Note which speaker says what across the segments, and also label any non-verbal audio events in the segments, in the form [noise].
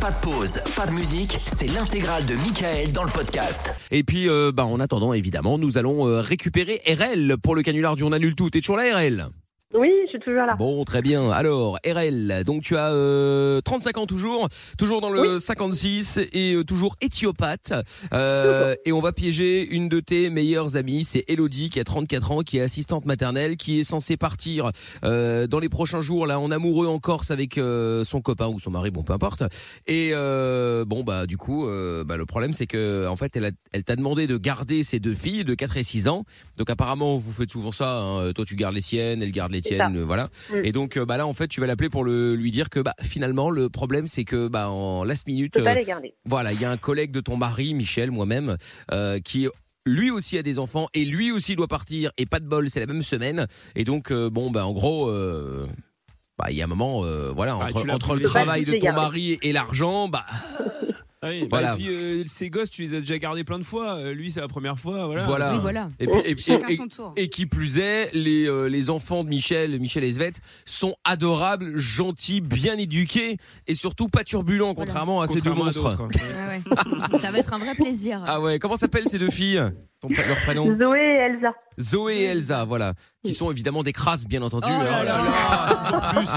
Speaker 1: Pas de pause, pas de musique, c'est l'intégrale de Michael dans le podcast.
Speaker 2: Et puis, euh, bah, en attendant, évidemment, nous allons euh, récupérer RL pour le canular du On annule tout. T'es toujours là, RL
Speaker 3: Oui, je suis toujours là.
Speaker 2: Bon, très bien. Alors, RL, donc tu as euh, 35 ans toujours, toujours dans le 56 et euh, toujours éthiopathe. Euh, et on va piéger une de tes meilleures amies, c'est Elodie qui a 34 ans, qui est assistante maternelle, qui est censée partir euh, dans les prochains jours là en amoureux en Corse avec euh, son copain ou son mari, bon peu importe. Et euh, bon bah du coup, euh, bah, le problème c'est que en fait elle, a- elle t'a demandé de garder ses deux filles de 4 et 6 ans. Donc apparemment vous faites souvent ça. hein. Toi tu gardes les siennes, elle garde les
Speaker 3: C'est ça.
Speaker 2: tiennes, euh, voilà.
Speaker 3: Mm.
Speaker 2: Et donc euh, bah là en fait tu vas l'appeler pour le lui dire que bah finalement le problème c'est que bah en last minute
Speaker 3: Je peux pas
Speaker 2: euh,
Speaker 3: les garder.
Speaker 2: voilà il y a un collègue de ton mari Michel moi-même euh, qui lui aussi a des enfants et lui aussi doit partir et pas de bol c'est la même semaine et donc euh, bon bah en gros euh, bah, il y a un moment, euh, voilà,
Speaker 4: Bah,
Speaker 2: entre,
Speaker 4: tu l'as
Speaker 2: entre
Speaker 4: pris
Speaker 2: le
Speaker 4: les-
Speaker 2: travail
Speaker 3: Tu peux
Speaker 2: de ton
Speaker 3: pas tout dégager.
Speaker 2: mari et l'argent, bah
Speaker 4: Ah oui, bah,
Speaker 2: Voilà.
Speaker 4: Et puis euh, ces gosses, tu les as déjà gardés plein de fois. Euh, lui, c'est la première fois. Voilà. Ah,
Speaker 2: voilà.
Speaker 5: Oui, voilà.
Speaker 2: Et, puis- et-
Speaker 5: Oh, Chacun
Speaker 2: et-
Speaker 5: son tour.
Speaker 2: et qui plus est, les, euh, les enfants de Michel, Michel et Svet, sont adorables, gentils, bien éduqués et surtout pas turbulents,
Speaker 5: Voilà.
Speaker 2: contrairement à ces deux
Speaker 4: Contrairement
Speaker 2: monstres.
Speaker 4: à d'autres. hein.
Speaker 2: [laughs]
Speaker 5: Ah Ouais, ouais. Ça va être un vrai plaisir.
Speaker 2: Ah ouais, comment s'appellent ces deux filles Son pr- Leur prénom
Speaker 3: Zoé et Elsa.
Speaker 2: Zoé et Elsa, voilà. Qui sont évidemment des crasses, bien entendu.
Speaker 5: Oh là
Speaker 2: Oh
Speaker 5: là.
Speaker 4: En plus,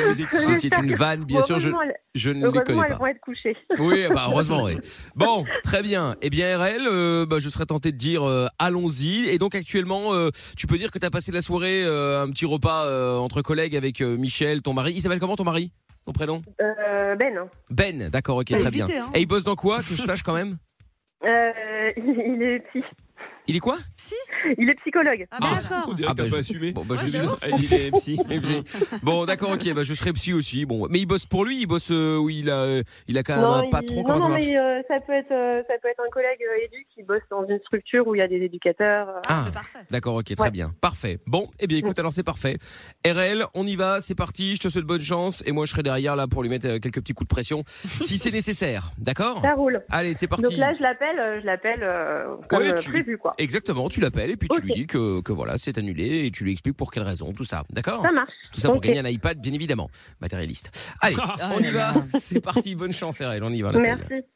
Speaker 4: euh, dès que-
Speaker 2: Ceci est une vanne, bien sûr, je,
Speaker 3: Heureusement, elles-
Speaker 2: je ne les
Speaker 3: heureusement,
Speaker 2: connais
Speaker 3: elles
Speaker 2: pas.
Speaker 3: vont être couchées. [laughs]
Speaker 2: Oui, bah heureusement. oui. Bon, très bien. Eh bien, RL, euh, bah, je serais tenté de dire euh, allons-y. Et donc actuellement, euh, tu peux dire que tu as passé la soirée, euh, un petit repas euh, entre collègues avec euh, Michel, ton mari. Il s'appelle comment ton mari Ton prénom
Speaker 3: Euh, ben, hein.
Speaker 2: Ben, d'accord, ok,
Speaker 5: T'as
Speaker 2: très bien.
Speaker 5: hésité, hein.
Speaker 2: Et il bosse dans quoi Que je sache quand même
Speaker 3: Euh, [laughs] il, il est psy.
Speaker 2: Il est quoi
Speaker 3: Il est psychologue.
Speaker 5: Ah, bah,
Speaker 2: Ah.
Speaker 4: On
Speaker 5: d'accord.
Speaker 4: dirait
Speaker 2: Ah,
Speaker 4: que t'as
Speaker 2: bah,
Speaker 4: pas
Speaker 2: je-
Speaker 4: assumé.
Speaker 2: Bon, bah,
Speaker 5: Ouais,
Speaker 2: je- [laughs]
Speaker 5: c'est ouf.
Speaker 4: Il est MC.
Speaker 2: Et puis- Bon, d'accord, ok, bah, je serai psy aussi. Bon, mais il bosse pour lui, il bosse euh, où il a, euh, il a quand même un
Speaker 3: il-
Speaker 2: patron.
Speaker 3: non,
Speaker 2: Comment ça
Speaker 3: non,
Speaker 2: marche
Speaker 3: mais euh, ça, peut être, euh, ça peut être un collègue euh, édu qui bosse dans une structure où il y a des éducateurs. euh.
Speaker 2: Ah,
Speaker 5: parfait.
Speaker 2: D'accord, ok, très
Speaker 3: Ouais.
Speaker 2: bien. Parfait. Bon, eh bien écoute, alors c'est parfait. RL, on y va, c'est parti, je te souhaite bonne chance et moi je serai derrière là pour lui mettre euh, quelques petits coups de pression si c'est nécessaire. [laughs] D'accord
Speaker 3: Ça roule.
Speaker 2: Allez, c'est
Speaker 3: Donc
Speaker 2: parti.
Speaker 3: là, je l'appelle, euh, je l'appelle euh, comme
Speaker 2: Ouais,
Speaker 3: euh,
Speaker 2: tu-
Speaker 3: prévu, quoi.
Speaker 2: Exactement, tu l'appelles et puis tu
Speaker 3: Ok.
Speaker 2: lui dis que, que voilà, c'est annulé et tu lui expliques pour quelle raison, tout ça. D'accord
Speaker 3: Ça marche.
Speaker 2: Tout ça pour
Speaker 3: Ok.
Speaker 2: gagner un iPad, bien évidemment. Matérialiste. Allez,
Speaker 5: Ah,
Speaker 2: on
Speaker 5: là
Speaker 2: y
Speaker 5: là.
Speaker 2: va. [laughs] C'est parti, bonne chance RL, on y va. on l'appelle.
Speaker 3: Merci.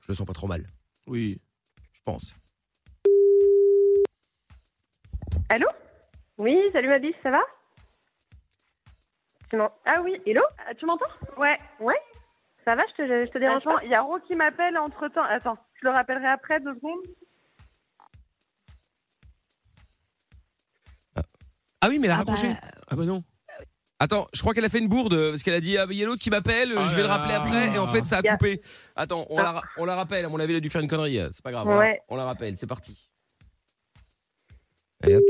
Speaker 2: Je le sens pas trop mal,
Speaker 4: Oui.
Speaker 2: je pense.
Speaker 3: Allô Oui, salut ma biche, ça va tu m'en- Ah oui, hello
Speaker 6: Ah, Tu m'entends
Speaker 3: Ouais, ouais. Ça va, je te, je te dérange
Speaker 6: Attends,
Speaker 3: pas
Speaker 6: il y a Ro qui m'appelle entre temps. Attends, je le rappellerai après deux secondes.
Speaker 2: Ah oui, mais elle a
Speaker 5: Ah, bah,
Speaker 2: raccroché.
Speaker 4: Ah bah non.
Speaker 2: Attends, je crois qu'elle a fait une bourde parce qu'elle a dit ah, il y a l'autre qui m'appelle,
Speaker 4: Ah
Speaker 2: je vais le
Speaker 4: là
Speaker 2: rappeler
Speaker 4: là.
Speaker 2: après et en fait ça a
Speaker 3: Yeah.
Speaker 2: coupé. Attends, on, la, on la rappelle, à mon avis elle a dû faire une connerie, euh, c'est pas grave. on la-
Speaker 3: Ouais.
Speaker 2: On, la rappelle, c'est parti. Et hop.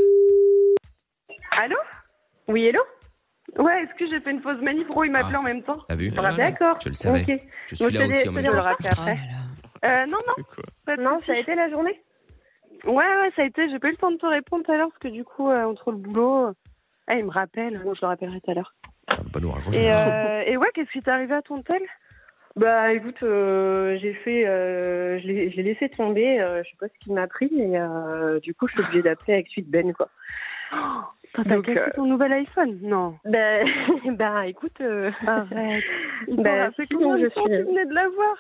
Speaker 6: Allô
Speaker 3: Oui, hello
Speaker 6: Ouais, est-ce que j'ai fait une fausse manip Ro, il m'appelait
Speaker 2: Ah.
Speaker 6: en même temps.
Speaker 2: T'as vu
Speaker 4: Voilà.
Speaker 3: D'accord.
Speaker 2: Je le savais.
Speaker 3: Ok.
Speaker 2: Je
Speaker 3: Bon,
Speaker 2: suis là
Speaker 3: je te dis-
Speaker 2: aussi en
Speaker 3: je
Speaker 2: même
Speaker 3: te dis, on le
Speaker 2: temps.
Speaker 3: rappelle
Speaker 5: Oh
Speaker 3: après.
Speaker 5: là là.
Speaker 6: Euh, non, non.
Speaker 4: C'est quoi
Speaker 6: pas de
Speaker 3: Non,
Speaker 6: soucis.
Speaker 3: ça a été la journée
Speaker 6: Ouais, ouais, ça a été. J'ai pas eu le temps de te répondre tout à l'heure parce que du coup, euh, entre le boulot. euh, Ah, il me rappelle. Bon, je le rappellerai tout à l'heure.
Speaker 2: Ah, On va pas nous raccrocher. hein.
Speaker 6: Et, euh, et ouais, qu'est-ce qui t'est arrivé à ton tel
Speaker 3: Bah écoute, euh, j'ai fait, euh, je l'ai je l'ai laissé tomber, euh, je sais pas ce qu'il m'a pris, et euh, du coup je suis obligée d'appeler avec suite Ben quoi.
Speaker 6: T'as
Speaker 3: Donc,
Speaker 6: cassé
Speaker 3: euh, [laughs]
Speaker 6: ton nouvel iPhone Non.
Speaker 3: Ben, ben écoute, euh,
Speaker 6: Arrête. [laughs] Il
Speaker 3: Bah,
Speaker 6: t'en a fait
Speaker 3: si,
Speaker 6: combien de
Speaker 3: je
Speaker 6: temps
Speaker 3: suis-
Speaker 6: tu venais de l'avoir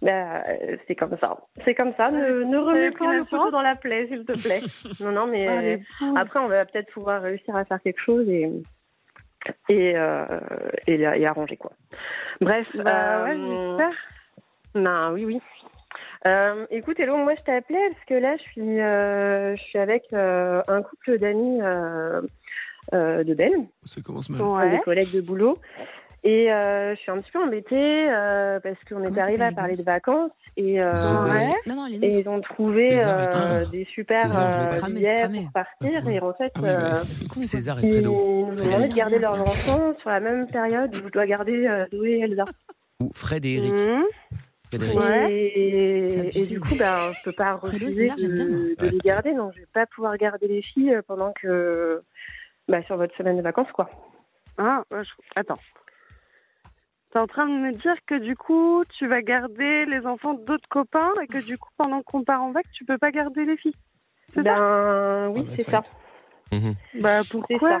Speaker 3: ben, euh, c'est comme ça, c'est comme ça.
Speaker 6: Ah,
Speaker 3: Ne, ne remets
Speaker 6: pris
Speaker 3: pas le
Speaker 6: l'assurance
Speaker 3: couteau dans la plaie, s'il te plaît.
Speaker 6: [laughs]
Speaker 3: non non, mais euh, après on va peut-être pouvoir réussir à faire quelque chose et et euh, et, la- et arranger quoi. Bref,
Speaker 6: Bah ouais,
Speaker 3: euh,
Speaker 6: j'espère.
Speaker 3: Ben oui, oui. Euh, écoute, Hello, moi je t'appelais parce que là je suis, euh, je suis avec euh, un couple d'amis euh, euh, de Ben,
Speaker 4: Ça commence mal.
Speaker 3: enfin,
Speaker 6: Ouais.
Speaker 3: des collègues de boulot. Et euh, je suis un petit peu embêtée euh, parce qu'on est
Speaker 5: Comment
Speaker 3: arrivé à
Speaker 5: s'appellent
Speaker 3: parler
Speaker 5: les
Speaker 3: de vacances et, euh,
Speaker 4: Zoé.
Speaker 6: Ouais.
Speaker 5: Non, non, les
Speaker 3: et
Speaker 5: nôtres.
Speaker 3: ils ont trouvé
Speaker 4: César et
Speaker 3: euh,
Speaker 4: Connor.
Speaker 3: des super
Speaker 4: César,
Speaker 3: euh,
Speaker 4: c'est
Speaker 5: cramé, c'est
Speaker 3: billets
Speaker 5: cramé.
Speaker 3: pour partir. Et en fait,
Speaker 4: Ah oui, bah,
Speaker 3: euh,
Speaker 5: C'est con, quoi.
Speaker 2: César et
Speaker 3: ils
Speaker 2: Fredo.
Speaker 3: nous ont demandé de garder leurs enfants sur la même période où je dois garder euh, Zoé et Elsa.
Speaker 2: Ou Fred et Eric.
Speaker 6: Mhm.
Speaker 2: Fred et Eric.
Speaker 6: Ouais.
Speaker 3: Et,
Speaker 5: C'est abusé.
Speaker 3: et du coup, bah, je peux pas
Speaker 5: Fredo et
Speaker 3: refuser
Speaker 5: César, j'aime bien, moi.
Speaker 3: de, de
Speaker 2: [laughs] Ouais.
Speaker 3: les garder, donc je vais pas pouvoir garder les filles euh, pendant que bah, sur votre semaine de vacances, quoi.
Speaker 6: Ah, euh, je- attends. T'es en train de me dire que du coup, tu vas garder les enfants d'autres copains et que du coup, pendant qu'on part en vac, tu peux pas garder les filles. C'est
Speaker 3: Ben oui,
Speaker 4: Ah bah,
Speaker 3: c'est ça.
Speaker 4: soit.
Speaker 6: Bah
Speaker 3: C'est
Speaker 6: pourquoi
Speaker 3: ça.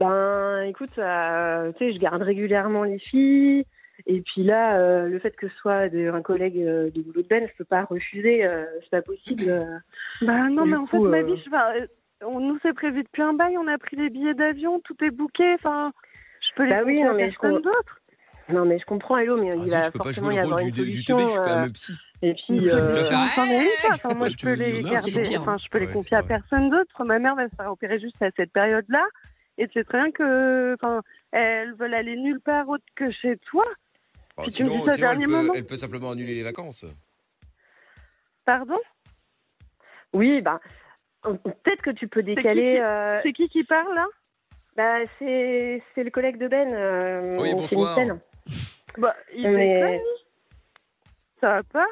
Speaker 3: Ben, écoute, euh, tu sais, je garde régulièrement les filles. Et puis là, euh, le fait que ce soit de- un collègue euh, de boulot de peine, je peux pas refuser, euh, c'est pas possible. euh.
Speaker 6: Bah non,
Speaker 3: Du
Speaker 6: mais en fait,
Speaker 3: coup,
Speaker 6: ma
Speaker 3: euh,
Speaker 6: vie, je- enfin, euh, on nous s'est prévu depuis un bail, on a pris les billets d'avion, tout est booké, enfin, je peux les
Speaker 3: Bah oui,
Speaker 6: laisser à
Speaker 3: non, mais je
Speaker 6: personne
Speaker 3: comprends.
Speaker 6: d'autre.
Speaker 3: Non, mais je comprends, Hello, mais
Speaker 2: Ah,
Speaker 3: il
Speaker 2: si,
Speaker 3: va
Speaker 2: je peux pas
Speaker 3: forcément
Speaker 2: jouer
Speaker 3: y
Speaker 2: le
Speaker 3: avoir
Speaker 2: rôle
Speaker 3: une
Speaker 2: du, dé- du
Speaker 3: solution.
Speaker 2: teubé, je suis quand
Speaker 3: euh,
Speaker 2: même psy.
Speaker 3: Et puis,
Speaker 7: Tu vas
Speaker 3: euh,
Speaker 7: faire,
Speaker 6: Enfin, mais oui, ça, enfin, moi,
Speaker 2: Ouais,
Speaker 6: je
Speaker 2: tu
Speaker 6: peux
Speaker 2: veux
Speaker 6: les
Speaker 2: l'honneur,
Speaker 5: c'est le
Speaker 6: garder,
Speaker 5: pire.
Speaker 6: enfin, je peux les
Speaker 2: Ouais,
Speaker 6: confier
Speaker 2: c'est
Speaker 6: à
Speaker 2: vrai.
Speaker 6: personne d'autre. Ma mère va se faire opérer juste à cette période-là, et c'est très bien que, enfin, elles veulent aller nulle part autre que chez toi.
Speaker 2: Bah,
Speaker 6: Tu
Speaker 2: sinon,
Speaker 6: me dis ça au
Speaker 2: sinon, elle,
Speaker 6: dernier
Speaker 2: peut,
Speaker 6: moment.
Speaker 2: elle peut simplement annuler les vacances.
Speaker 6: Pardon
Speaker 3: oui, ben, peut-être que tu peux décaler.
Speaker 6: qui-
Speaker 3: euh,
Speaker 6: C'est qui qui parle là
Speaker 3: bah, c'est c'est le collègue de Ben. euh,
Speaker 2: Oui,
Speaker 3: au
Speaker 2: bonsoir.
Speaker 3: Finistère.
Speaker 6: Bah, il
Speaker 3: Mais-
Speaker 6: déconne, lui. Ça va pas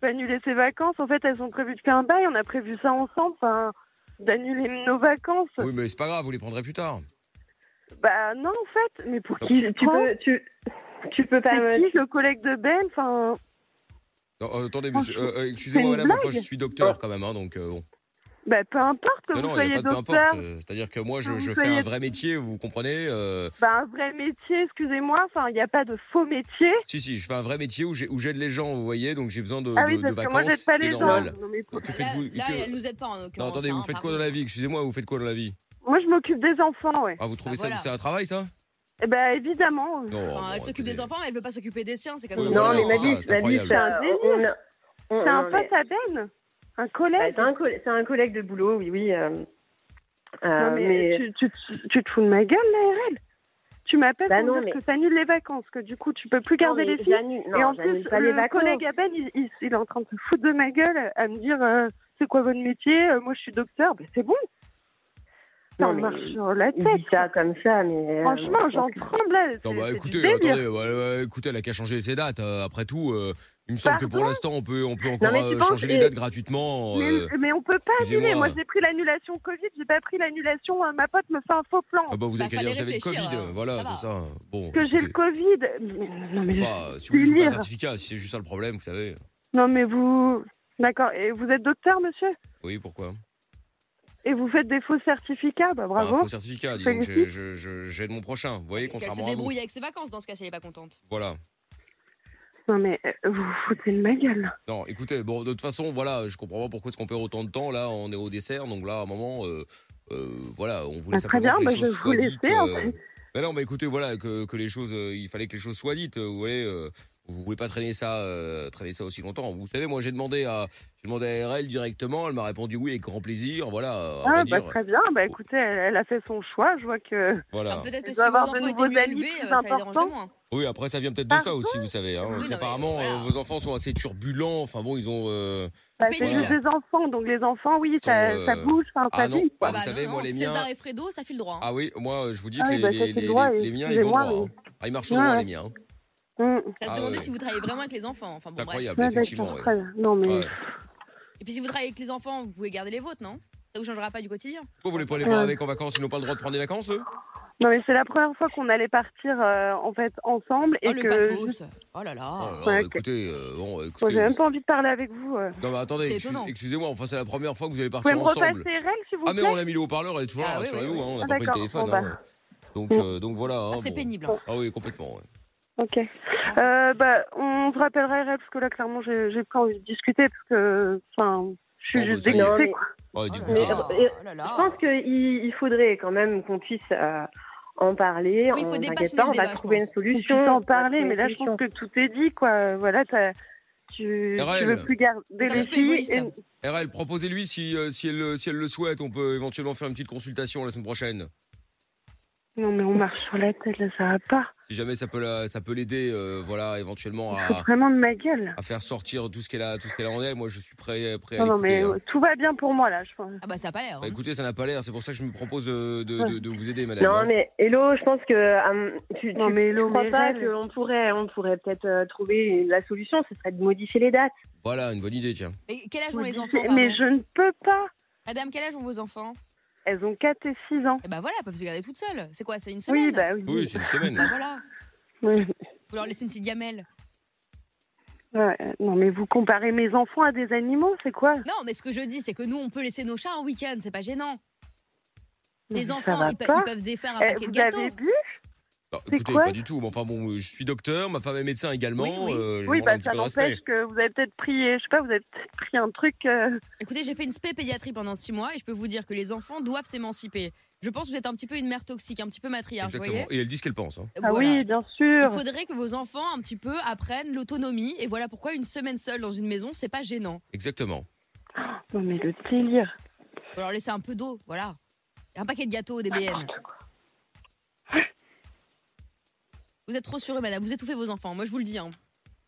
Speaker 6: Faut Annuler ses vacances, en fait, elles sont prévues depuis un bail, on a prévu ça ensemble, enfin, d'annuler nos vacances.
Speaker 2: Oui, mais c'est pas grave, vous les prendrez plus tard.
Speaker 6: Bah non, en fait, mais pour qui
Speaker 3: Tu, tu peux, tu, tu peux pas euh, me.
Speaker 6: C'est qui le collègue de Ben Enfin,
Speaker 2: Non, euh, attendez, monsieur,
Speaker 6: Franchement,
Speaker 2: euh, euh, excusez-moi,
Speaker 6: c'est une
Speaker 2: madame, enfin, je suis docteur quand même, hein, donc euh, bon.
Speaker 6: bah, peu importe que
Speaker 2: Non, non, il
Speaker 6: vous
Speaker 2: n'y
Speaker 6: soyez
Speaker 2: a pas de peu
Speaker 6: docteur,
Speaker 2: importe. euh, C'est-à-dire que moi, je,
Speaker 6: vous
Speaker 2: je fais
Speaker 6: soyez-
Speaker 2: un vrai métier, vous comprenez euh,
Speaker 6: bah, un vrai métier, excusez-moi, enfin, il n'y a pas de faux métier.
Speaker 2: Si, si, je fais un vrai métier où j'ai- où j'aide les gens, vous voyez, donc j'ai besoin de,
Speaker 6: ah
Speaker 2: de-
Speaker 6: oui,
Speaker 2: de
Speaker 6: parce que moi,
Speaker 2: vacances.
Speaker 6: j'aide pas
Speaker 2: c'est
Speaker 6: les gens.
Speaker 2: normal.
Speaker 6: Non, mais pour-
Speaker 2: Que
Speaker 5: Là,
Speaker 2: faites-vous
Speaker 5: là,
Speaker 2: que-
Speaker 5: elle nous aide pas en
Speaker 2: Non,
Speaker 5: l'occurrence.
Speaker 2: attendez,
Speaker 5: hein,
Speaker 2: vous faites
Speaker 5: par
Speaker 2: quoi dans
Speaker 5: contre.
Speaker 2: la vie Excusez-moi, vous faites quoi dans la vie
Speaker 6: Moi, je m'occupe des enfants, ouais.
Speaker 2: Ah, vous trouvez
Speaker 5: Bah,
Speaker 2: ça
Speaker 5: voilà.
Speaker 2: c'est un travail, ça
Speaker 6: Eh bah, évidemment.
Speaker 2: Non.
Speaker 5: Enfin,
Speaker 2: bon,
Speaker 5: elle s'occupe
Speaker 2: écoutez.
Speaker 5: des enfants, mais elle veut pas s'occuper des siens, c'est comme
Speaker 2: Oui,
Speaker 5: ça.
Speaker 3: Non,
Speaker 2: Ouais,
Speaker 3: mais
Speaker 2: non,
Speaker 3: ma
Speaker 2: ça,
Speaker 3: vie,
Speaker 2: c'est
Speaker 3: ma vie,
Speaker 2: incroyable.
Speaker 3: c'est un
Speaker 6: C'est un
Speaker 3: on a- on-
Speaker 6: C'est un
Speaker 3: on-
Speaker 6: pote à Ben Un
Speaker 3: Bah,
Speaker 6: collègue
Speaker 3: c'est un collègue, c'est un collègue de boulot, oui, oui. euh, euh,
Speaker 6: Non, mais,
Speaker 3: mais-
Speaker 6: Tu, tu, tu- tu te fous de ma gueule, là, RL Tu m'appelles
Speaker 3: Bah
Speaker 6: pour
Speaker 3: non,
Speaker 6: me dire
Speaker 3: mais-
Speaker 6: que t'annules les vacances, que du coup, tu peux plus garder
Speaker 3: Non, mais
Speaker 6: les filles.
Speaker 3: j'annule-
Speaker 6: Et
Speaker 3: non,
Speaker 6: en plus,
Speaker 3: j'annule pas les
Speaker 6: le
Speaker 3: vacances.
Speaker 6: collègue à Ben, il, il- il est en train de se foutre de ma gueule à me dire euh, c'est quoi votre métier Euh, Moi, je suis docteur. Ben, c'est bon.
Speaker 3: Non,
Speaker 6: Ça
Speaker 3: mais
Speaker 6: marche sur la
Speaker 3: il
Speaker 6: tête.
Speaker 3: dit ça comme ça, mais. euh,
Speaker 6: Franchement, j'en tremble. là.
Speaker 2: Non,
Speaker 6: C'est-
Speaker 2: bah
Speaker 6: c'est du
Speaker 2: écoutez,
Speaker 6: délire.
Speaker 2: attendez, ouais, ouais, écoutez, elle a qu'à changer ses dates. euh, après tout, euh, il me semble que pour
Speaker 6: Pardon
Speaker 2: l'instant, on peut, on peut encore
Speaker 3: mais tu
Speaker 2: euh,
Speaker 3: penses-
Speaker 2: changer les
Speaker 3: et-
Speaker 2: dates gratuitement.
Speaker 6: Mais,
Speaker 2: euh.
Speaker 6: mais on peut pas annuler.
Speaker 2: excusez-moi.
Speaker 6: Moi, j'ai pris l'annulation Covid, j'ai pas pris l'annulation. euh, ma pote me fait un faux plan.
Speaker 2: Ah bah, vous
Speaker 5: Bah,
Speaker 2: avez qu'à dire
Speaker 5: fallait
Speaker 2: que j'avais le Covid.
Speaker 5: réfléchir,
Speaker 2: euh,
Speaker 5: hein.
Speaker 2: Voilà,
Speaker 5: Ça va.
Speaker 2: c'est ça. Bon.
Speaker 6: que j'ai
Speaker 2: écoutez,
Speaker 6: le Covid. Mais- non, mais-
Speaker 2: bah, si vous voulez, je vous fais un
Speaker 6: délire.
Speaker 2: certificat, si c'est juste ça le problème, vous savez.
Speaker 6: Non, mais vous. D'accord. Et vous êtes docteur, monsieur
Speaker 2: Oui, pourquoi
Speaker 6: Et vous faites des faux certificats
Speaker 2: Pas
Speaker 6: Bah,
Speaker 2: Un
Speaker 6: bravo.
Speaker 2: faux certificat, dis donc, j'ai-
Speaker 6: Félicite.
Speaker 2: je- je- j'aide mon prochain. Vous voyez,
Speaker 5: Qu'elle se
Speaker 2: contrairement à vous.
Speaker 5: débrouille avec ses vacances dans ce cas si elle est pas contente.
Speaker 2: Voilà.
Speaker 6: Non, mais euh, vous vous foutez de ma gueule.
Speaker 2: Non, écoutez, bon, de toute façon, voilà, je comprends pas pourquoi est-ce qu'on perd autant de temps. Là, on est au dessert, donc là, à un moment, euh, euh, voilà, on voulait
Speaker 6: Bah, très
Speaker 2: simplement
Speaker 6: bien,
Speaker 2: que les
Speaker 6: bah,
Speaker 2: choses
Speaker 6: je vais vous
Speaker 2: soient
Speaker 6: laisser,
Speaker 2: dites.
Speaker 6: en
Speaker 2: euh,
Speaker 6: fait.
Speaker 2: bah non, bah écoutez, voilà, que, que les choses, euh, il fallait que les choses soient dites. euh, vous voyez, euh, vous voulez pas traîner ça, euh, traîner ça aussi longtemps. Vous savez, moi, j'ai demandé à, j'ai demandé à RL directement. Elle m'a répondu oui avec grand plaisir. Voilà, à
Speaker 6: Ah,
Speaker 2: vrai
Speaker 6: bah,
Speaker 2: dire,
Speaker 6: très bien. Bah, écoutez, elle, elle a fait son choix. Je vois que.
Speaker 2: voilà.
Speaker 5: Enfin, Ah, Peut-être que
Speaker 6: Elle
Speaker 5: si
Speaker 6: doit
Speaker 5: vos
Speaker 6: avoir
Speaker 5: enfants
Speaker 6: de
Speaker 5: étaient
Speaker 6: nouveaux
Speaker 5: mieux
Speaker 6: amis
Speaker 5: élevés,
Speaker 6: plus
Speaker 5: euh, ça les dérangerait
Speaker 6: importants.
Speaker 5: moins.
Speaker 2: Oui, après, ça vient peut-être de ça aussi, vous savez. Hein,
Speaker 5: Oui,
Speaker 2: parce
Speaker 5: non, mais
Speaker 2: apparemment,
Speaker 5: voilà.
Speaker 2: euh, vos enfants sont assez turbulents. Enfin bon, ils ont. euh,
Speaker 6: Bah,
Speaker 5: Ils sont
Speaker 6: c'est juste
Speaker 5: pénibles.
Speaker 6: des enfants. Donc, les enfants, oui,
Speaker 2: Sont,
Speaker 6: ça,
Speaker 2: euh,
Speaker 6: ça bouge. Enfin,
Speaker 2: ah
Speaker 6: ça
Speaker 2: non.
Speaker 6: vit.
Speaker 2: Ah,
Speaker 6: quoi.
Speaker 2: vous savez, moi, les miens-
Speaker 5: César et Fredo, ça file droit. hein.
Speaker 2: Ah oui, moi, je vous dis que
Speaker 6: Ah oui,
Speaker 2: les,
Speaker 6: bah, ça,
Speaker 2: les-
Speaker 6: c'est
Speaker 2: les-
Speaker 6: droit,
Speaker 2: les miens, ils vont
Speaker 6: excusez-moi,
Speaker 2: droit.
Speaker 6: mais-
Speaker 2: hein. Ah, ils marchent loin,
Speaker 6: Ouais,
Speaker 2: les miens. hein.
Speaker 6: Mm.
Speaker 5: Ça se
Speaker 2: Ah,
Speaker 5: demandait
Speaker 2: ouais.
Speaker 5: si vous travaillez vraiment avec les enfants.
Speaker 2: C'est
Speaker 5: Enfin bon, bref.
Speaker 2: incroyable,
Speaker 6: Ouais,
Speaker 2: effectivement.
Speaker 6: d'accord,
Speaker 2: ouais.
Speaker 6: très bien. Non, mais.
Speaker 2: Ouais.
Speaker 5: Et puis si vous travaillez avec les enfants, vous pouvez garder les vôtres, non Ça vous changera pas du quotidien.
Speaker 2: Pourquoi vous voulez pas les voir
Speaker 6: Ouais.
Speaker 2: avec en vacances Ils n'ont pas le droit de prendre des vacances, eux
Speaker 6: Non, mais c'est la première fois qu'on allait partir, euh, en fait, ensemble.
Speaker 5: Oh
Speaker 6: Et
Speaker 5: le
Speaker 6: que.
Speaker 5: pathos. Oh là
Speaker 2: Oh,
Speaker 5: là.
Speaker 2: alors,
Speaker 6: ouais,
Speaker 2: Écoutez, euh, bon,
Speaker 6: Bon,
Speaker 2: écoutez.
Speaker 6: J'ai même pas envie de parler avec vous. euh.
Speaker 2: Non, mais attendez,
Speaker 5: C'est
Speaker 2: excuse-
Speaker 5: étonnant.
Speaker 2: excusez-moi, enfin, c'est la première fois que vous allez
Speaker 6: Vous pouvez
Speaker 2: partir
Speaker 6: me
Speaker 2: ensemble.
Speaker 6: repasser RL, s'il vous
Speaker 2: Ah, mais
Speaker 6: plaît
Speaker 2: on l'a mis le haut-parleur, elle est toujours là,
Speaker 5: Ah, oui,
Speaker 2: rassurez-vous,
Speaker 5: oui,
Speaker 2: hein, on
Speaker 6: Ah,
Speaker 2: n'a pas pris le
Speaker 6: d'accord,
Speaker 2: téléphone.
Speaker 6: bon,
Speaker 2: hein. Donc,
Speaker 6: Mm.
Speaker 2: euh, donc voilà. hein,
Speaker 5: Ah, c'est
Speaker 2: bon.
Speaker 5: pénible.
Speaker 6: Bon.
Speaker 2: Ah oui, complètement. ouais.
Speaker 6: Ok.
Speaker 2: Ah.
Speaker 6: Euh, bah, on se rappellera, RL, parce que là, clairement, j'ai j'ai pas envie de discuter, parce que, enfin, je suis
Speaker 2: Bon,
Speaker 6: juste
Speaker 2: bah, ça y est.
Speaker 6: dégoûtée, quoi.
Speaker 2: Ah,
Speaker 5: Oh là
Speaker 2: dégoûté.
Speaker 5: là.
Speaker 3: Mais, euh,
Speaker 5: Oh là
Speaker 2: Ah.
Speaker 3: Je
Speaker 5: là.
Speaker 3: pense qu'il il faudrait quand même qu'on puisse euh, en parler.
Speaker 5: Oui, il faut
Speaker 3: on
Speaker 5: dépassonner
Speaker 3: t'inquiète pas,
Speaker 5: le
Speaker 3: on va
Speaker 5: débat, je
Speaker 3: trouver une
Speaker 5: pense.
Speaker 6: Tu
Speaker 3: solution. on
Speaker 6: t'en
Speaker 3: va
Speaker 6: parler,
Speaker 3: trouver
Speaker 6: mais
Speaker 3: une
Speaker 6: là, je
Speaker 3: solution.
Speaker 6: pense que tout est dit, quoi. Voilà, t'as- tu,
Speaker 2: RL.
Speaker 6: tu veux plus garder
Speaker 5: un
Speaker 6: les
Speaker 5: petit peu
Speaker 6: filles.
Speaker 5: égoïste.
Speaker 6: et-
Speaker 2: RL, proposez-lui si, euh, si, elle, le- si elle le souhaite, on peut éventuellement faire une petite consultation la semaine prochaine.
Speaker 6: Non, mais on marche sur la tête, là, ça va pas.
Speaker 2: Si jamais ça peut la- ça peut l'aider, euh, voilà, éventuellement
Speaker 6: Il
Speaker 2: à,
Speaker 6: faut vraiment de ma gueule.
Speaker 2: à faire sortir tout ce qu'elle a, tout ce qu'elle a en elle. Moi, je suis prêt, prêt à
Speaker 6: Non, non,
Speaker 2: l'écouter,
Speaker 6: mais
Speaker 2: hein.
Speaker 6: euh, tout va bien pour moi, là, je pense.
Speaker 5: Ah bah ça a pas l'air.
Speaker 2: Bah,
Speaker 5: hein.
Speaker 2: écoutez, ça n'a pas l'air. C'est pour ça que je me propose euh, de, de- de vous aider, madame.
Speaker 3: Non,
Speaker 2: hein.
Speaker 3: mais Hello, je pense que euh, tu, tu
Speaker 6: Non, mais
Speaker 3: je
Speaker 6: Hello,
Speaker 3: crois
Speaker 6: mais
Speaker 3: pas
Speaker 6: RL.
Speaker 3: qu'on pourrait, on pourrait peut-être euh, trouver la solution. Ce serait de modifier les dates.
Speaker 2: Voilà, une bonne idée, tiens.
Speaker 5: Mais quel âge ont les
Speaker 6: Mais
Speaker 5: enfants
Speaker 6: Mais
Speaker 5: pardon
Speaker 6: je ne peux pas.
Speaker 5: Madame, quel âge ont vos enfants
Speaker 6: Elles ont 4 et 6 ans.
Speaker 5: Eh bah voilà, elles peuvent se garder toutes seules. C'est quoi C'est une semaine
Speaker 6: Oui, bah oui.
Speaker 2: Oui, c'est une
Speaker 5: Bah
Speaker 2: semaine.
Speaker 5: voilà.
Speaker 6: Oui.
Speaker 5: Vous leur laissez une petite gamelle.
Speaker 6: Ouais, euh, non, mais vous comparez mes enfants à des animaux, c'est quoi
Speaker 5: Non, mais ce que je dis, c'est que nous, on peut laisser nos chats en week-end. C'est pas gênant. Les
Speaker 6: ça
Speaker 5: enfants,
Speaker 6: va
Speaker 5: ils, pe-
Speaker 6: pas.
Speaker 5: ils peuvent défaire
Speaker 3: Ah,
Speaker 5: un
Speaker 3: bah,
Speaker 6: Eh,
Speaker 5: paquet de
Speaker 6: vous
Speaker 5: gâteaux.
Speaker 6: avez bu
Speaker 2: Non,
Speaker 6: C'est
Speaker 2: Bah, écoutez,
Speaker 6: quoi
Speaker 2: pas du tout. Mais enfin bon, je suis docteur, ma femme est médecin également.
Speaker 5: Oui, oui.
Speaker 2: euh, je
Speaker 6: Oui,
Speaker 2: demande un
Speaker 6: bah
Speaker 2: petit
Speaker 6: ça
Speaker 2: peu de
Speaker 6: n'empêche
Speaker 2: respect.
Speaker 6: que vous avez peut-être pris, euh, je sais pas, vous avez peut-être pris un truc. euh,
Speaker 5: Écoutez, j'ai fait une spé pédiatrie pendant six mois et je peux vous dire que les enfants doivent s'émanciper. Je pense que vous êtes un petit peu une mère toxique, un petit peu matriarche, vous
Speaker 2: Exactement.
Speaker 5: voyez
Speaker 2: Et elle dit ce qu'elle pense. hein.
Speaker 6: Ah
Speaker 5: Voilà.
Speaker 6: oui, bien
Speaker 5: Il
Speaker 6: sûr.
Speaker 5: faudrait que vos enfants un petit peu apprennent l'autonomie et voilà pourquoi une semaine seule dans une maison, c'est pas gênant.
Speaker 2: Exactement.
Speaker 6: Non mais le délire.
Speaker 5: Faut leur laisser un peu d'eau, voilà. Un paquet de gâteaux, des BN. [laughs] Vous êtes trop sûrs, madame, vous étouffez vos enfants, moi je vous le dis. hein.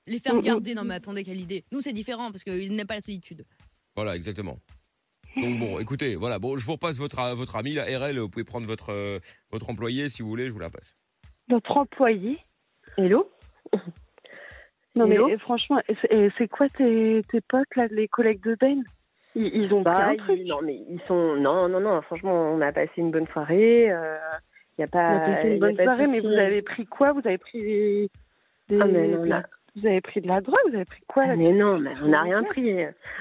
Speaker 5: Les faire
Speaker 6: Mm, mm.
Speaker 5: garder, non mais attendez, quelle idée. Nous c'est différent parce qu'ils n'aiment pas la solitude.
Speaker 2: Voilà, exactement. Donc bon, écoutez, voilà, bon, je vous repasse votre, euh, votre ami, la RL, vous pouvez prendre votre, euh, votre employé si vous voulez, je vous la passe.
Speaker 6: Notre employé.
Speaker 3: Hello
Speaker 6: Non mais
Speaker 3: Hello
Speaker 6: eh, franchement, eh, c'est- eh, c'est quoi tes, tes potes là, les collègues de Ben ils, ils ont pas
Speaker 3: Bah,
Speaker 6: un truc.
Speaker 3: ils- non, mais ils sont. Non, non, non, franchement, on a passé une bonne soirée. Il n'y a
Speaker 6: On
Speaker 3: pas.
Speaker 6: a passé
Speaker 3: Bah, y a
Speaker 6: une bonne
Speaker 3: pas de
Speaker 6: soirée, mais
Speaker 3: souci.
Speaker 6: vous avez pris quoi Vous avez pris des, des-
Speaker 3: Ah, mais non, on a-
Speaker 6: vous avez pris de la drogue Vous avez pris quoi là
Speaker 3: Mais non, mais on n'a rien pris.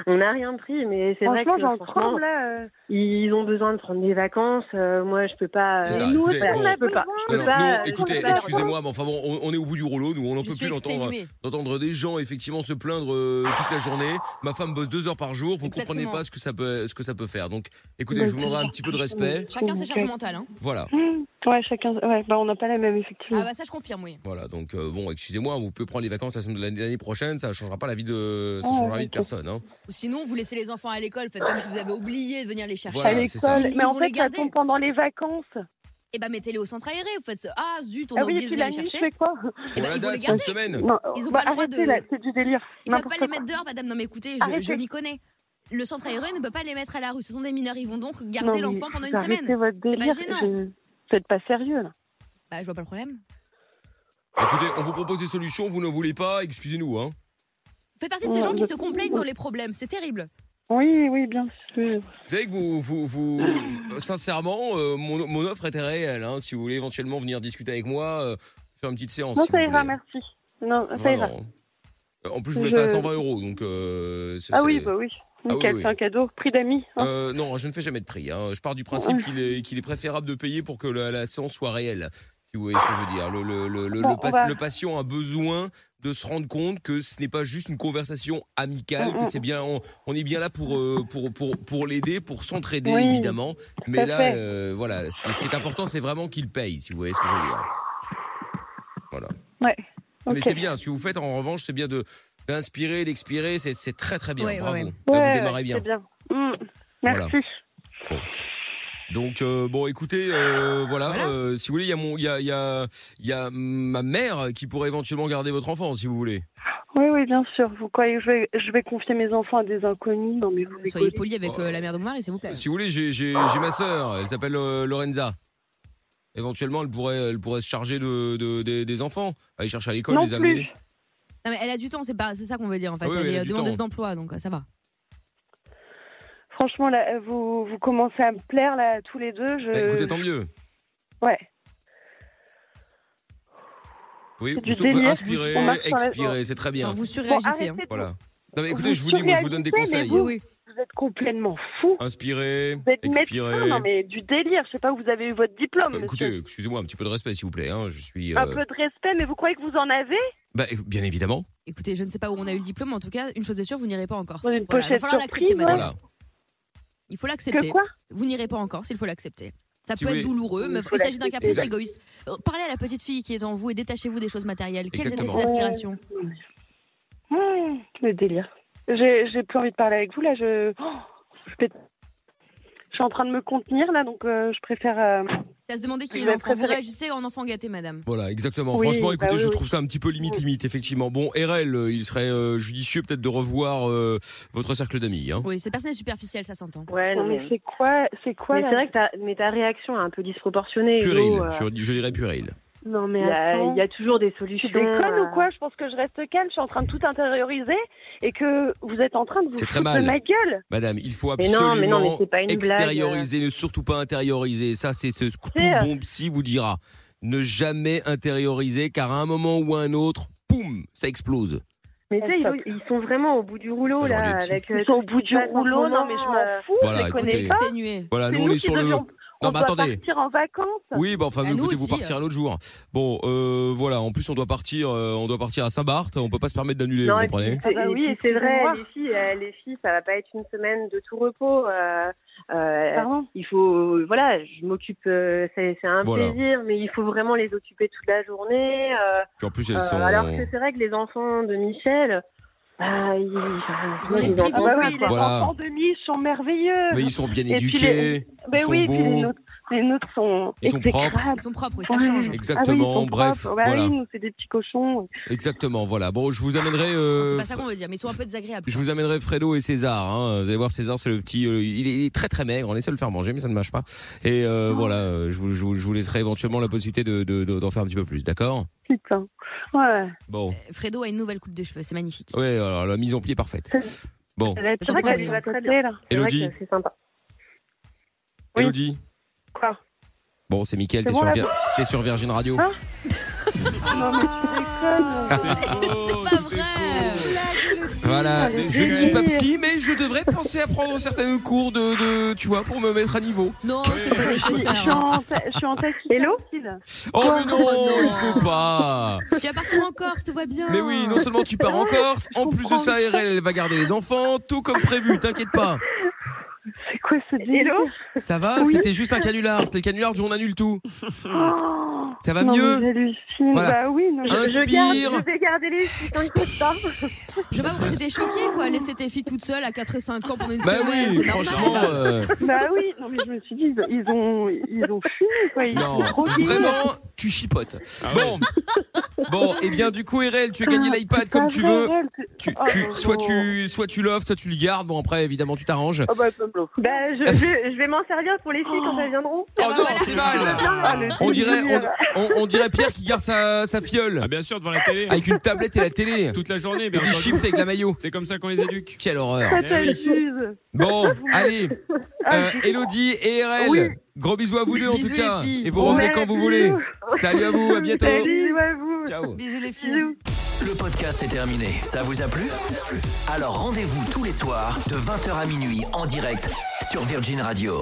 Speaker 3: On n'a rien pris, mais c'est vrai que.
Speaker 6: Franchement, j'en
Speaker 3: franchement,
Speaker 6: tremble là. euh.
Speaker 3: Ils ont besoin de prendre des vacances. euh, moi, je peux pas.
Speaker 2: C'est ça,
Speaker 3: nous,
Speaker 2: écoutez,
Speaker 3: voilà,
Speaker 2: bon,
Speaker 3: je peux pas. Je
Speaker 2: Non,
Speaker 3: peux
Speaker 2: non,
Speaker 3: pas,
Speaker 2: nous,
Speaker 3: euh,
Speaker 2: écoutez,
Speaker 3: je peux pas.
Speaker 2: excusez-moi, mais enfin bon, on, on est au bout du rouleau, nous, on n'en
Speaker 5: Je
Speaker 2: peut
Speaker 5: suis
Speaker 2: plus hein. d'entendre,
Speaker 5: exténuée.
Speaker 2: d'entendre des gens effectivement se plaindre euh, toute la journée. Ma femme bosse deux heures par jour, vous
Speaker 5: Exactement.
Speaker 2: comprenez pas ce que ça peut, ce que ça peut faire. Donc, écoutez, je vous demanderai un petit peu de respect.
Speaker 5: Chacun ses charges mentales. Hein.
Speaker 2: Voilà,
Speaker 6: Mmh. Ouais, chacun. Ouais, bah on n'a pas la même effectivement.
Speaker 5: Ah bah ça je confirme, oui.
Speaker 2: voilà. Donc euh, bon, excusez-moi, vous pouvez prendre les vacances la semaine de l'année l'année prochaine, ça changera pas la vie de, ça
Speaker 6: Ah,
Speaker 2: changera la vie de
Speaker 6: ok.
Speaker 2: personne. Hein.
Speaker 5: Ou sinon, vous laissez les enfants à l'école, faites comme si vous avez oublié de venir les chercher.
Speaker 2: Voilà,
Speaker 6: à
Speaker 2: c'est ça.
Speaker 6: l'école.
Speaker 5: Ils-
Speaker 6: Mais
Speaker 5: ils
Speaker 6: en
Speaker 5: vont
Speaker 6: fait,
Speaker 5: les
Speaker 6: ça
Speaker 5: garder.
Speaker 6: tombe pendant les vacances.
Speaker 5: Et bah mettez-les au centre aéré, vous faites ce- Ah zut, on
Speaker 6: ah
Speaker 5: a
Speaker 6: oui,
Speaker 5: oublié
Speaker 6: et
Speaker 5: de
Speaker 6: puis
Speaker 5: venir
Speaker 6: la
Speaker 5: les
Speaker 6: nuit, je
Speaker 5: chercher.
Speaker 6: fais quoi
Speaker 5: Et
Speaker 2: On
Speaker 5: bah,
Speaker 2: la
Speaker 5: ils vont les
Speaker 2: date, c'est une
Speaker 5: garder.
Speaker 2: semaine.
Speaker 6: Non,
Speaker 5: Ils ont
Speaker 6: bah,
Speaker 5: pas le droit
Speaker 6: arrêtez
Speaker 5: de-
Speaker 6: là, c'est du délire.
Speaker 5: Ils peuvent
Speaker 6: N'importe
Speaker 5: pas
Speaker 6: quoi.
Speaker 5: les mettre dehors, madame. Non mais écoutez, je,
Speaker 6: Arrêtez.
Speaker 5: je m'y connais. Le centre aéré ne peut pas les mettre à la rue. Ce sont des mineurs. Ils vont donc
Speaker 6: Non,
Speaker 5: garder
Speaker 6: mais
Speaker 5: l'enfant pendant une
Speaker 6: arrêtez
Speaker 5: semaine.
Speaker 6: votre délire.
Speaker 5: gênant.
Speaker 6: je- Vous êtes pas sérieux là.
Speaker 5: Bah je vois pas le problème.
Speaker 2: Écoutez, on vous propose des solutions, vous ne voulez pas, excusez-nous. Hein.
Speaker 5: Vous faites partie de ces
Speaker 6: Ouais,
Speaker 5: gens qui
Speaker 6: je-
Speaker 5: se complaignent dans les problèmes. C'est terrible.
Speaker 6: Oui, oui, bien sûr.
Speaker 2: Vous savez que vous, vous, vous sincèrement, euh, mon, mon offre était réelle. Hein, si vous voulez éventuellement venir discuter avec moi, euh, faire une petite séance.
Speaker 6: Non,
Speaker 2: si
Speaker 6: ça
Speaker 2: vous
Speaker 6: ira,
Speaker 2: voulez.
Speaker 6: merci. Non, Ah, ça
Speaker 2: Vraiment,
Speaker 6: ira.
Speaker 2: hein. En plus, je vous le
Speaker 6: Je-
Speaker 2: fais à 120 euros, donc. euh, ça,
Speaker 6: Ah
Speaker 2: c'est-
Speaker 6: oui, bah oui.
Speaker 2: oui,
Speaker 6: Nickel,
Speaker 2: oui.
Speaker 6: c'est un cadeau. Prix d'amis. hein.
Speaker 2: Euh, non, je ne fais jamais de prix. hein. Je pars du principe qu'il est, qu'il est préférable de payer pour que la, la séance soit réelle. Si vous voyez ce que je veux dire. Le, le- le- le-
Speaker 6: Bon,
Speaker 2: le
Speaker 6: on
Speaker 2: pas-
Speaker 6: va-
Speaker 2: le patient a besoin de se rendre compte que ce n'est pas juste une conversation amicale,
Speaker 6: Mm,
Speaker 2: que c'est bien, on, on est bien là pour, euh, pour, pour, pour l'aider, pour s'entraider
Speaker 6: Oui,
Speaker 2: évidemment. Mais
Speaker 6: à
Speaker 2: là,
Speaker 6: fait.
Speaker 2: euh, voilà, ce qui, ce qui est important, c'est vraiment qu'il paye, si vous voyez ce que je veux dire. Voilà.
Speaker 6: Ouais.
Speaker 2: Ah, Mais
Speaker 6: Ok.
Speaker 2: c'est bien, ce que vous faites en revanche, c'est bien de d'inspirer, d'expirer, c'est c'est très très bien.
Speaker 5: Ouais, ouais,
Speaker 2: Bravo.
Speaker 5: ouais.
Speaker 2: Là,
Speaker 6: Ouais,
Speaker 2: vous démarrez
Speaker 6: ouais,
Speaker 2: bien.
Speaker 6: C'est bien. Mm. Merci.
Speaker 2: Donc euh, bon, écoutez, euh, voilà.
Speaker 5: Voilà.
Speaker 2: euh, si vous voulez, il y a mon, il y a, il y a, il y a ma mère qui pourrait éventuellement garder votre enfant, si vous voulez.
Speaker 6: Oui, oui, bien sûr. Vous croyez que je vais, je vais confier mes enfants à des inconnus Non, mais vous
Speaker 5: Soyez
Speaker 6: rigolez.
Speaker 5: poli avec euh, la mère de mon mari, s'il vous plaît.
Speaker 2: Si vous voulez, j'ai, j'ai, j'ai ma sœur. Elle s'appelle euh, Lorenza. Éventuellement, elle pourrait, elle pourrait se charger de, de- des- des enfants, aller chercher à l'école,
Speaker 6: Non
Speaker 2: les amener.
Speaker 6: plus.
Speaker 5: Non mais elle a du temps, c'est pas, c'est ça qu'on veut dire en fait.
Speaker 2: Ah oui,
Speaker 5: elle
Speaker 2: elle a
Speaker 5: est euh,
Speaker 2: du
Speaker 5: demandeuse
Speaker 2: temps.
Speaker 5: d'emploi, donc euh, ça va.
Speaker 6: Franchement, là, vous, vous commencez à me plaire, là, tous les deux. Je...
Speaker 2: Bah, écoutez, tant mieux.
Speaker 6: euh, Ouais.
Speaker 2: Oui,
Speaker 6: C'est
Speaker 2: vous
Speaker 6: du
Speaker 2: pouvez
Speaker 6: délire.
Speaker 2: inspirer,
Speaker 6: On marche sur la-
Speaker 2: expirer, c'est très bien.
Speaker 5: Enfin, vous
Speaker 6: Bon,
Speaker 5: surréagissez.
Speaker 6: arrêtez
Speaker 5: hein.
Speaker 6: de-
Speaker 2: Voilà. Non mais
Speaker 6: Vous
Speaker 2: écoutez, je vous dis, moi je vous donne des
Speaker 6: surréagissez, mais
Speaker 2: conseils.
Speaker 5: Oui, oui.
Speaker 6: Vous êtes complètement fou.
Speaker 2: Inspirer,
Speaker 6: Vous êtes médecin,
Speaker 2: expirer.
Speaker 6: non, mais du délire. Je sais pas où vous avez eu votre diplôme,
Speaker 2: Bah,
Speaker 6: monsieur.
Speaker 2: écoutez, excusez-moi, un petit peu de respect, s'il vous plaît. hein, Je suis.
Speaker 6: Un
Speaker 2: euh,
Speaker 6: peu de respect, mais vous croyez que vous en avez
Speaker 2: bah, bien évidemment.
Speaker 5: Écoutez, je ne sais pas où on a eu le diplôme, mais en tout cas, une chose est sûre, vous n'irez pas en Corse.
Speaker 6: Pour une
Speaker 5: Voilà, Il va
Speaker 6: pochette
Speaker 5: falloir l'accepter,
Speaker 6: surprise,
Speaker 5: madame.
Speaker 2: Voilà.
Speaker 5: Il faut l'accepter.
Speaker 6: Que quoi
Speaker 5: Vous n'irez pas en Corse, il faut l'accepter. Ça
Speaker 2: Si
Speaker 5: peut
Speaker 2: vous
Speaker 5: être
Speaker 2: voulez-
Speaker 5: douloureux, mais
Speaker 6: Il faut
Speaker 5: il s'agit d'un
Speaker 6: l'accepter.
Speaker 5: caprice égoïste. Euh, Parlez à la petite fille qui est en vous et détachez-vous des choses matérielles. Quelles étaient
Speaker 2: Exactement.
Speaker 5: ses aspirations
Speaker 6: Hum, le délire. J'ai j'ai plus envie de parler avec vous là. Je, oh, je, pète- je suis en train de me contenir là, donc euh, je préfère. euh,
Speaker 5: Ça se demandait qui est
Speaker 6: Je vais
Speaker 5: l'enfant. Vous
Speaker 6: préférer-
Speaker 5: réagissez en enfant gâté, madame.
Speaker 2: Voilà, exactement.
Speaker 6: Oui,
Speaker 2: Franchement,
Speaker 6: bah
Speaker 2: écoutez,
Speaker 6: oui,
Speaker 2: je
Speaker 6: oui.
Speaker 2: trouve ça un petit peu limite, limite, effectivement. Bon, RL, euh, il serait euh, judicieux peut-être de revoir euh, votre cercle d'amis. Hein.
Speaker 5: Oui, cette personne est superficielle, ça s'entend.
Speaker 3: Ouais, Ah, non,
Speaker 6: non,
Speaker 3: mais.
Speaker 6: mais c'est quoi, c'est quoi
Speaker 3: mais
Speaker 6: là
Speaker 3: c'est vrai que ta- mais ta réaction est un peu disproportionnée.
Speaker 2: Puéril,
Speaker 3: Hello, euh,
Speaker 2: je, je dirais puéril.
Speaker 6: Non mais
Speaker 3: Il y, a-
Speaker 6: attends.
Speaker 3: il y a toujours des
Speaker 6: Tu
Speaker 3: solutions.
Speaker 6: déconnes
Speaker 3: euh,
Speaker 6: ou quoi Je pense que je reste calme. Je suis en train de tout intérioriser et que vous êtes en train de vous
Speaker 2: C'est très
Speaker 6: foutre de
Speaker 2: mal.
Speaker 6: ma gueule.
Speaker 2: Madame, il faut
Speaker 3: Mais
Speaker 2: absolument
Speaker 3: non, mais non, mais c'est pas une blague.
Speaker 2: extérioriser, ne surtout pas intérioriser. Ça, c'est ce que
Speaker 6: euh. C'est- euh.
Speaker 2: tout bon psy vous dira. Ne jamais intérioriser, car à un moment ou à un autre, poum, ça explose.
Speaker 3: Mais tu sais, ils, ils sont vraiment au bout du rouleau,
Speaker 2: J'aurais
Speaker 3: là.
Speaker 2: dû être
Speaker 3: Avec, euh,
Speaker 6: Ils sont au bout du
Speaker 3: passe en ce
Speaker 6: rouleau. Non mais je
Speaker 3: moment, euh,
Speaker 6: m'en fous.
Speaker 2: voilà,
Speaker 6: je les connais
Speaker 2: écoutez.
Speaker 6: pas.
Speaker 5: Exténuée.
Speaker 2: Voilà,
Speaker 6: C'est
Speaker 2: nous, on est
Speaker 6: qui
Speaker 2: sur le.
Speaker 6: devions-
Speaker 2: Non,
Speaker 6: on
Speaker 2: mais
Speaker 6: doit
Speaker 2: attendez.
Speaker 6: partir en vacances.
Speaker 2: Oui, bah enfin,
Speaker 5: Bah,
Speaker 2: vous
Speaker 5: nous
Speaker 2: écoutez, vous
Speaker 5: aussi,
Speaker 2: partir un autre jour. Bon, euh, voilà. En plus, on doit partir, euh, on doit partir à Saint-Barth. On peut pas se permettre d'annuler, vous
Speaker 3: Non, et
Speaker 2: comprenez
Speaker 6: Ah bah oui,
Speaker 3: oui,
Speaker 6: et
Speaker 3: c'est
Speaker 6: puis
Speaker 3: vrai,
Speaker 6: voir.
Speaker 3: les filles, euh, les filles, ça va pas être une semaine de tout repos. euh, euh,
Speaker 6: Pardon
Speaker 3: il faut, voilà, je m'occupe, euh, c'est c'est un
Speaker 2: Voilà.
Speaker 3: plaisir, mais il faut vraiment les occuper toute la journée. euh,
Speaker 2: Puis en plus,
Speaker 3: euh,
Speaker 2: elles sont.
Speaker 3: Alors que c'est vrai que les enfants de Michel, bah, ils,
Speaker 5: Vous
Speaker 3: ils- ils
Speaker 5: expliquez
Speaker 3: ont
Speaker 6: Ah
Speaker 5: Ils
Speaker 6: bah
Speaker 5: font
Speaker 6: oui, les
Speaker 2: Voilà.
Speaker 6: enfants de Miche sont merveilleux.
Speaker 2: Mais ils sont bien
Speaker 6: Et puis
Speaker 2: éduqués.
Speaker 6: Mais
Speaker 2: ils sont
Speaker 6: oui, puis
Speaker 2: beaux.
Speaker 6: les nôtres, les nôtres sont
Speaker 2: Ils sont
Speaker 6: exécrables.
Speaker 5: Ils sont propres, et ça
Speaker 6: Ouais.
Speaker 5: change.
Speaker 2: Exactement.
Speaker 6: Ah oui, ils sont
Speaker 2: bref,
Speaker 6: propres. Bah
Speaker 2: voilà.
Speaker 6: oui, nous, c'est des petits cochons.
Speaker 2: Exactement. Voilà. Bon, je vous amènerai. euh,
Speaker 5: Ah, C'est pas ça qu'on veut dire, mais ils sont un peu désagréables.
Speaker 2: Je vous amènerai Fredo et César. hein. Vous allez voir, César, c'est le petit. euh, il, est, il est très très maigre. On essaie de le faire manger, mais ça ne marche pas. Et
Speaker 6: Ah.
Speaker 2: euh, voilà, euh, je vous, je vous- je vous laisserai éventuellement la possibilité de- de- de- d'en faire un petit peu plus, d'accord
Speaker 6: Putain. Ouais.
Speaker 2: Bon.
Speaker 5: Fredo a une nouvelle coupe de cheveux, c'est magnifique.
Speaker 2: Ouais, alors la mise en pied est parfaite. Bon,
Speaker 6: Elle a-
Speaker 5: Attends,
Speaker 6: C'est vrai
Speaker 5: faut
Speaker 6: qu'elle
Speaker 5: aller
Speaker 6: lui
Speaker 5: à
Speaker 6: va très bien. Là.
Speaker 3: C'est vrai
Speaker 2: Elodie.
Speaker 3: que C'est sympa. Oui.
Speaker 2: Elodie.
Speaker 6: Quoi
Speaker 2: Bon, c'est Mickaël,
Speaker 6: C'est
Speaker 2: t'es
Speaker 6: bon,
Speaker 2: sur,
Speaker 6: là
Speaker 2: Vir- t'es sur Virgin Radio.
Speaker 6: Hein Non, mais
Speaker 3: Ah,
Speaker 6: tu déconnes.
Speaker 4: C'est faux,
Speaker 5: pas
Speaker 4: tout est
Speaker 5: vrai.
Speaker 4: faux.
Speaker 2: Voilà.
Speaker 4: Désolé.
Speaker 2: Je ne suis pas psy, mais je devrais penser à prendre certains cours de, de- tu vois, pour me mettre à niveau.
Speaker 5: Non, c'est pas des
Speaker 6: Je
Speaker 5: choses.
Speaker 6: suis- je suis en ta- je suis en taxi.
Speaker 3: Hello
Speaker 2: Oh, mais non,
Speaker 5: non.
Speaker 2: il faut pas.
Speaker 5: Tu vas partir en Corse, tout va bien.
Speaker 2: Mais oui, non seulement tu pars en Corse, en plus de
Speaker 6: comprends.
Speaker 2: ça, RL, elle va garder les enfants, tout comme prévu, t'inquiète pas.
Speaker 6: C'est quoi ce délire
Speaker 3: Hello
Speaker 2: Ça va,
Speaker 6: Oui.
Speaker 2: c'était juste un canular, c'était le canular du on annule tout.
Speaker 6: Oh,
Speaker 2: Ça va
Speaker 6: non, mais
Speaker 2: mieux
Speaker 6: j'hallucine.
Speaker 2: Voilà.
Speaker 6: Bah oui, non, mais-
Speaker 3: Je- je, garde,
Speaker 2: Inspire.
Speaker 3: je vais garder les filles tant que ça. [laughs]
Speaker 5: Je sais pas pourquoi t'étais choquée, quoi. Laisser tes filles toutes seules à 4 et 5 ans pendant une
Speaker 2: Bah
Speaker 5: semaine.
Speaker 2: oui,
Speaker 5: c'est normal.
Speaker 2: franchement, euh,
Speaker 6: bah oui, non mais je me suis dit, ils- ils ont, ils ont fini quoi. Ils
Speaker 2: non,
Speaker 6: sont trop bien.
Speaker 2: vraiment, tu chipotes.
Speaker 4: Ah ouais.
Speaker 2: Bon, bon, et bien du coup, RL, tu as gagné
Speaker 6: Ah,
Speaker 2: l'iPad
Speaker 6: c'est
Speaker 2: comme
Speaker 6: pas
Speaker 2: tu
Speaker 6: vrai,
Speaker 2: veux.
Speaker 6: elle, c'est-
Speaker 2: Tu,
Speaker 6: Oh,
Speaker 2: tu-
Speaker 6: non.
Speaker 2: soit tu, soit tu l'offres, soit tu le gardes. Bon après, évidemment, tu t'arranges.
Speaker 6: Ah bah, ça me bloque.
Speaker 3: Bah,
Speaker 2: [laughs]
Speaker 3: je, je- je vais m'en servir pour les filles quand elles viendront.
Speaker 5: Ah
Speaker 2: Oh
Speaker 5: bah
Speaker 2: non,
Speaker 5: voilà.
Speaker 2: c'est mal.
Speaker 6: Ah, le
Speaker 2: On dirait,
Speaker 6: délire.
Speaker 2: on, on- on dirait Pierre qui garde sa, sa fiole
Speaker 4: Ah, bien sûr, devant la télé, hein.
Speaker 2: avec une tablette et la télé
Speaker 4: toute la journée.
Speaker 2: et
Speaker 4: bien
Speaker 2: des
Speaker 4: entendu.
Speaker 2: chips avec la maillot.
Speaker 4: C'est comme ça qu'on les éduque.
Speaker 2: Quelle horreur.
Speaker 6: Ça
Speaker 4: Eh oui.
Speaker 6: t'abuse. [laughs]
Speaker 2: Bon, allez, euh, Elodie et RL,
Speaker 6: Ah, Oui.
Speaker 2: gros bisous à vous deux en
Speaker 5: Bisous
Speaker 2: tout
Speaker 5: les
Speaker 2: cas.
Speaker 5: filles.
Speaker 2: Et vous revenez
Speaker 6: Ouais,
Speaker 2: quand vous voulez.
Speaker 6: bisous.
Speaker 2: Salut à vous, à bientôt.
Speaker 6: Salut à vous.
Speaker 2: Ciao.
Speaker 5: Bisous les filles.
Speaker 6: Bisous.
Speaker 1: Le podcast est terminé. Ça vous a plu Alors rendez-vous tous les soirs de 20h à minuit en direct sur Virgin Radio.